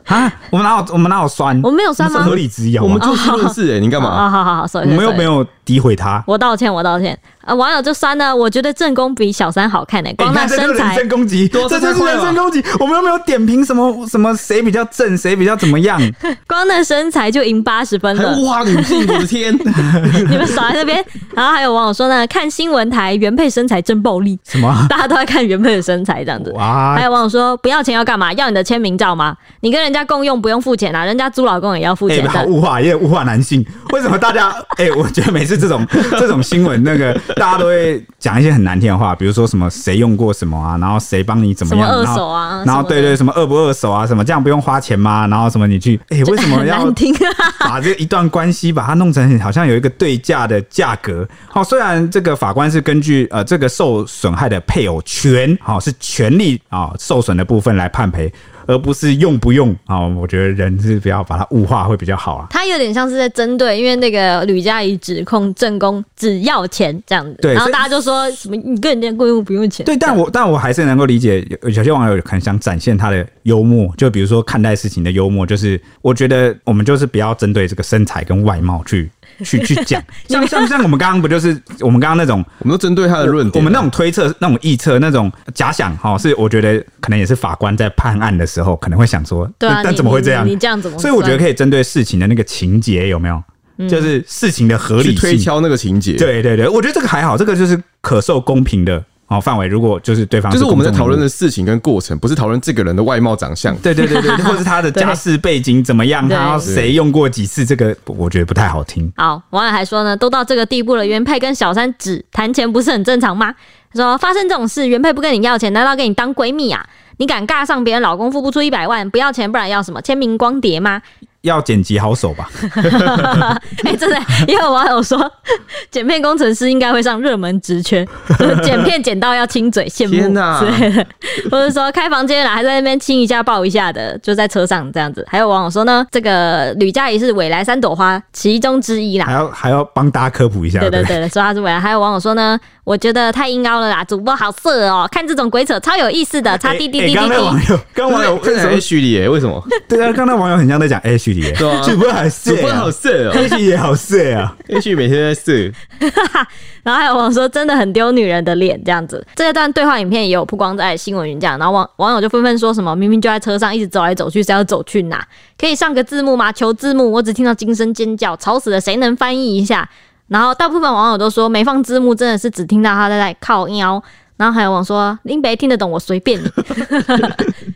A: 啊，我们哪有我们哪有酸？
B: 我们没有酸吗
A: 我们是合理之摇
C: 我们
A: 啊，
C: 就事论事哎，你干嘛？
B: 啊、好好好，sorry，
A: 我们又没
B: 有。
A: 有诋毁他。
B: 我道歉，我道歉。啊，网友就酸了，我觉得正宫比小三好看呢、
A: 欸、
B: 光
A: 你
B: 那
A: 看，这就
B: 身
A: 是人
B: 材
A: 身攻击，
C: 啊
A: 这就
C: 这太
A: 是
C: 坏
A: 人
C: 了
A: 身攻击。我们又没有点评什么什么谁比较正，谁比较怎么 样。
B: 光那身材就赢八十分
C: 还
B: 了，
C: 物化女性，我的 天！
B: 你们少在那边。然后还有网友说呢，看新闻台原配身材真暴 力，
A: 什么？
B: 大家都在看原配的身材这样子。
A: 哇
B: 还！有网友说，不要钱要干嘛？要你的签名照吗？你跟人家共用不用付钱啊，人家租老公也要付
A: 哎、
B: 钱
A: 好
B: 的。
A: 物化，也有物化男性。为什么大家？哎、我觉得每次这种这种新闻，那个大家都会讲一些很难听的话，比如说什么谁用过什么啊，然后谁帮你怎么样，
B: 什么二
A: 然后
B: 手啊什
A: 然
B: 么
A: 后
B: 的
A: 对对，什么二不二手啊，什么这样不用花钱吗？然后什么你去，哎、为什么
B: 很
A: 要
B: 难听？
A: 把这一段关系把它弄成好像有一个对价的价格。好、虽然这个法官是根据呃这个受损害的配偶权，好、是权利啊、受损的部分来判赔，而不是用不用啊、我觉得人是不要把它物化会比较好啊。
B: 他有点像是在针对，因为那个吕嘉怡指控正宫只要钱这样子，
A: 对
B: 然后
A: 所以
B: 大家就说什么你跟人家雇佣不用钱，
A: 对，但我但我还是能够理解，有有些网友可能想展现他的幽默，就比如说看待事情的幽默，就是我觉得我们就是不要针对这个身材跟外貌去去去讲，像像像我们刚刚不就是我们刚刚那种
C: 我们都针对他的论点啊，
A: 我们那种推测、那种臆测、那种假想，哈、是我觉得可能也是法官在判案的时候可能会想说，
B: 对啊
A: 那，但
B: 你
A: 怎么会这样
B: 你？你这样怎么
A: 所
B: 算？嗯
A: 以我觉得可以针对事情的那个情节有没有，就是事情的合
C: 去
A: 理
C: 推
A: 性。
C: 敲那个情节，，
A: 对对对，我觉得这个还好，这个就是可受公平的哦范围。如果就是对方
C: 就是我们在
A: 公众
C: 讨论
A: 人物
C: 的事情跟过程，不是讨论这个人的外貌长相。
A: 对对对对， 或是他的
B: 对
A: 家世背景怎么样，
B: 对
A: 他谁用过几次，这个我觉得不太好听。
B: 好，网友还说呢，都到这个地步了，原配跟小三只谈钱不是很正常吗？他说发生这种事，原配不跟你要钱，难道跟你当闺蜜啊？你敢尬上别人老公付不出一百万，不要钱，不然要什么签名光碟吗？
A: 要剪辑好 手吧？
B: 哎、真的，也有网友说，剪片工程师应该会上热门职缺，就是剪片剪到要亲嘴，羡慕
C: 天哪
B: 之类的，或者说开房间啦，还在那边亲一下抱一下的，就在车上这样子。还有网友说呢，这个吕嘉怡是未来三朵花其中之一啦
A: 还。要还要帮大家科普一下，
B: 对
A: 对
B: 对
A: 不哎对
B: 对，说他是未来。还有网友说呢，我觉得太硬凹了啦，主播好色哦，看这种鬼扯超有意思的，擦滴滴滴
A: 哎哎
B: 滴
A: 刚刚那
B: 滴。
A: 网友，刚刚网友
C: 看起来 H 里耶，为什么？
A: 对啊，刚才网友很像在讲 H 里耶，
C: 对啊
A: 主播好色
C: 主
A: 啊，
C: 播好色哦
A: H 也好 色啊，
C: ，H 每天在色，
B: 然后还有网友说真的很丢女人的脸这样子。这段对话影片也有曝光在新闻云这样，然后网网友就纷纷说什么明明就在车上一直走来走去，是要走去哪？可以上个字幕吗？求字幕，我只听到惊声尖叫，吵死了，谁能翻译一下？然后大部分网友都说没放字幕，真的是只听到他在在靠腰。哦然后还有网友说林北听得懂，我随 便你。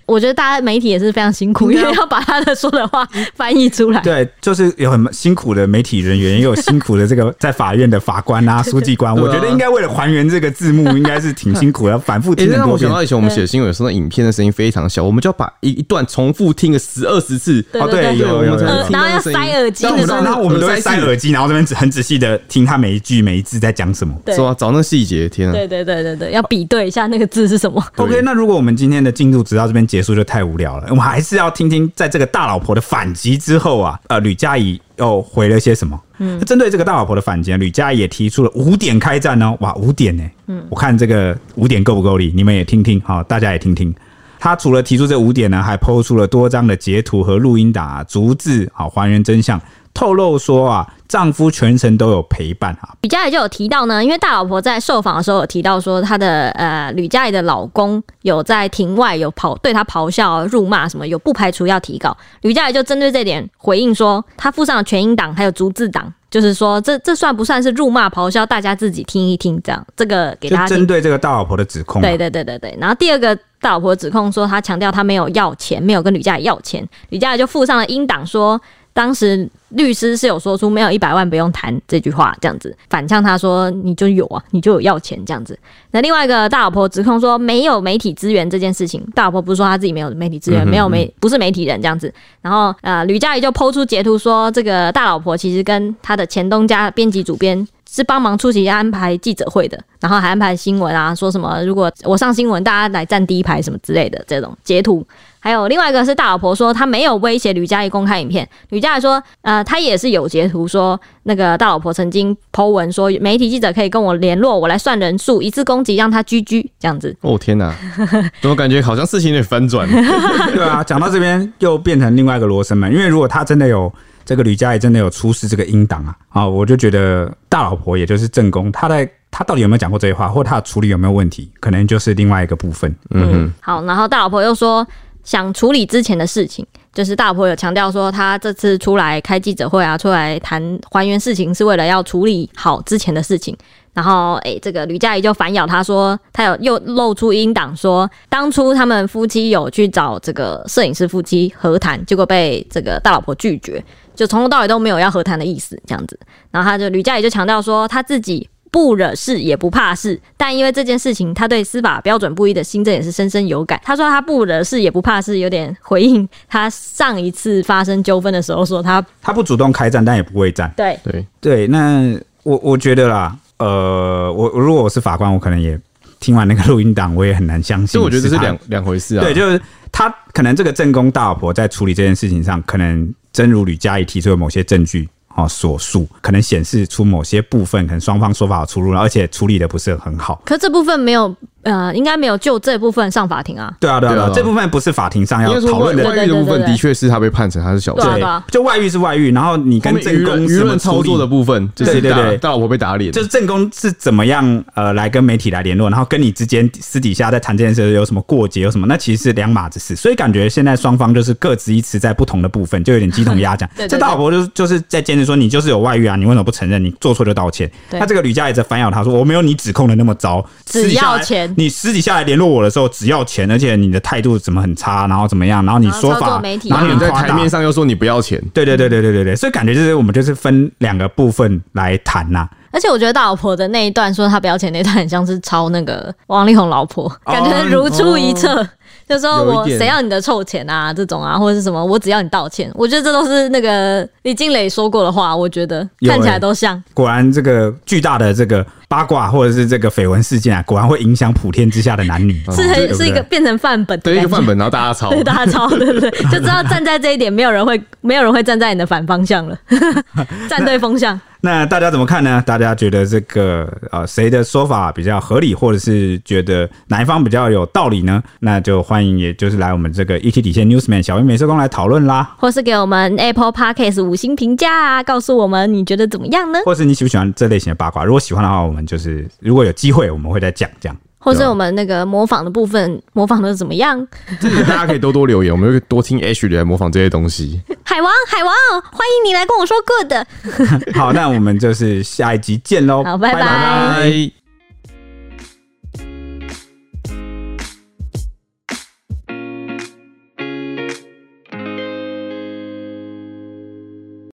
B: 我觉得大家媒体也是非常辛苦，因为要把他的说的话翻译出来。
A: 对，就是有很辛苦的媒体人员，也有辛苦的这个在法院的法 官啊、书记官，
C: 对啊
A: 我觉得应该为了还原这个字幕，应该是挺辛苦的，反复
C: 哎、
A: 听
C: 这
A: 很
C: 让
A: 多
C: 我
A: 遍
C: 想。到以前我们写新闻有时候那影片的声音非常小，我们就要把一一段重复听个十二十次。
B: 对
A: 哦，对，
B: 对
A: 有有有。
B: 呃
A: 有
B: 对然后要塞耳机
A: 但
B: 对
A: 我
B: 对
A: 们
B: 对
A: 然后我们都会塞耳机，然后这边很仔细的听他每一句每一字在讲什么。
B: 对
C: 是吧？找那细节，天啊！
B: 对对对对对，要比对一下那个字是什么。
C: 对
A: OK，那如果我们今天的进度直到这边结束就太无聊了，我们还是要听听在这个大老婆的反击之后啊，呃，吕嘉怡又回了些什么？嗯，针对这个大老婆的反击，吕嘉怡也提出了五点开战哦，哇，五点呢、嗯，我看这个五点够不够力，你们也听听，好，大家也听听。他除了提出这五点呢，还抛出了多张的截图和录音档、啊，逐字好还原真相，透露说啊，丈夫全程都有陪伴啊，
B: 吕嘉怡就有提到呢，因为大老婆在受访的时候有提到说，她的呃吕嘉怡的老公有在庭外有咆对她咆哮、辱骂什么，有不排除要提告。吕嘉怡就针对这点回应说，她附上了全音档还有逐字档，就是说这这算不算是辱骂、咆哮？大家自己听一听，这样这个给
A: 就
B: 大家
A: 针
B: 听。
A: 对这个大老婆的指控、啊，
B: 对对对对对，然后第二个大老婆指控说，她强调她没有要钱，没有跟吕嘉怡要钱，吕嘉怡就附上了音档说，当时律师是有说出没有一百万不用谈这句话，这样子反呛他说你就有啊，你就有要钱这样子。那另外一个大老婆指控说没有媒体资源这件事情，大老婆不是说她自己没有媒体资源，没有媒不是媒体人这样子。然后呃，吕嘉怡就抛出截图说，这个大老婆其实跟她的前东家编辑主编。是帮忙出席安排记者会的，然后还安排新闻啊，说什么如果我上新闻，大家来站第一排什么之类的这种截图。还有另外一个是大老婆说她没有威胁吕嘉怡公开影片，吕嘉怡说，呃，她也是有截图说那个大老婆曾经 Po 文说媒体记者可以跟我联络，我来算人数，一次攻击让她居居这样子。
C: 哦天 哪，怎么感觉好像事情有点翻转？
A: 对啊，讲到这边又变成另外一个罗生门，因为如果他真的有这个吕嘉怡真的有出示这个音档啊，啊，我就觉得大老婆也就是正宫，她在她到底有没有讲过这些话，或她的处理有没有问题，可能就是另外一个部分。
B: 嗯，好，然后大老婆又说想处理之前的事情，就是大老婆有强调说，她这次出来开记者会啊，出来谈还原事情是为了要处理好之前的事情。然后，诶、这个吕嘉怡就反咬她说，她有又露出音档说，当初他们夫妻有去找这个摄影师夫妻和谈，结果被这个大老婆拒绝，就从头到尾都没有要和谈的意思，这样子。然后他就吕嘉怡就强调说，他自己不惹事也不怕事，但因为这件事情，他对司法标准不一的新政也是深深有感。他说他不惹事也不怕事，有点回应他上一次发生纠纷的时候说他
A: 他不主动开战，但也不会战。
B: 对
C: 对，
A: 对，那我我觉得啦，呃，我我如果我是法官，我可能也听完那个录音档，我也很难相信。
C: 所以我觉得这是
A: 他
C: 两两回事啊。
A: 对，就是他可能这个正宫大老婆在处理这件事情上，可能真如吕嘉怡提出的某些证据。哦，所述可能显示出某些部分，可能双方说法有出入，而且处理的不是很好。
B: 可这部分没有，呃，应该没有就这部分上法庭啊。
A: 对啊，对啊，
C: 对啊
A: 对啊这部分不是法庭上
C: 应该
A: 要
C: 说
A: 讨
C: 外
A: 论的。
C: 外遇
B: 对
C: 的部
B: 对
C: 分
B: 对对
C: 的确是他被判成他是小
B: 对
C: 三
B: 啊，
A: 对
B: 对啊，
A: 就外遇是外遇，然后你跟
C: 后面
A: 正
C: 舆
A: 宫
C: 论
A: 怎
C: 舆
A: 么
C: 论操
A: 处理
C: 作的部分，就是
A: 对对
C: 大
A: 对
C: 大老婆被打脸，
A: 就是正宫是怎么样呃来跟媒体来联络，然后跟你之间私底下在谈这件事有什么过节，有什么，那其实是两码子事。所以感觉现在双方就是各执一词，在不同的部分就有点鸡同鸭讲
B: 。对对
A: 这大老婆就是就是在坚持说你就是有外遇啊，你为什么不承认？你做错就道歉。
B: 对
A: 那这个吕嘉也在反咬他说我没有你指控的那么糟，
B: 只
A: 私底下来
B: 要钱
A: 你私底下来联络我的时候只要钱，而且你的态度怎么很差，然后怎么样，然后你
B: 然后
A: 说
B: 操作
A: 法，
B: 媒体
A: 然
B: 啊
C: 然后
A: 后你
C: 你在
A: 夸
C: 台
A: 大
C: 面上又说你不要钱，
A: 对对对对对对对，所以感觉就是我们就是分两个部分来谈呐、
B: 而且我觉得大老婆的那一段说她不要钱那段，很像是抄那个王力宏老婆，感觉如出一辙。就说
C: 哦有
B: 我
C: 一点
B: 谁要你的臭钱啊，这种啊，或者是什么，我只要你道歉。我觉得这都是那个李静蕾说过的话，我觉得
A: 有欸
B: 看起来都像。
A: 果然，这个巨大的这个八卦或者是这个绯闻事件啊，果然会影响普天之下的男女，
B: 是
A: 哦对
B: 很
A: 不
B: 是一个
A: 对
B: 变成范本的
C: 啊对一
B: 感觉，
C: 个范本，然后大家抄，
B: 对大 家抄，对不对？就知道站在这一点，没有人会没有人会站在你的反方 向了，站对风向。
A: 那大家怎么看呢？大家觉得这个呃谁的说法比较合理，或者是觉得哪一方比较有道理呢？那就欢迎，也就是来我们这个 ET 底线 Newsman 小微美社工来讨 论啦，
B: 或是给我们 Apple Podcast 五星评价啊，告诉我们你觉得怎么样呢？
A: 或是你喜不喜欢这类型的八卦？如果喜欢的话，我们就是如果有机会，我们会再讲这样。
B: 或是我们那个模仿的部分，模仿的怎么样？
C: 这个大家可以多多留言，我们会多听 H 来模仿这些东西。
B: 海王，海王，欢迎你来跟我说 good。
A: 好，那我们就是下一集见喽，
B: 好拜拜
C: 拜。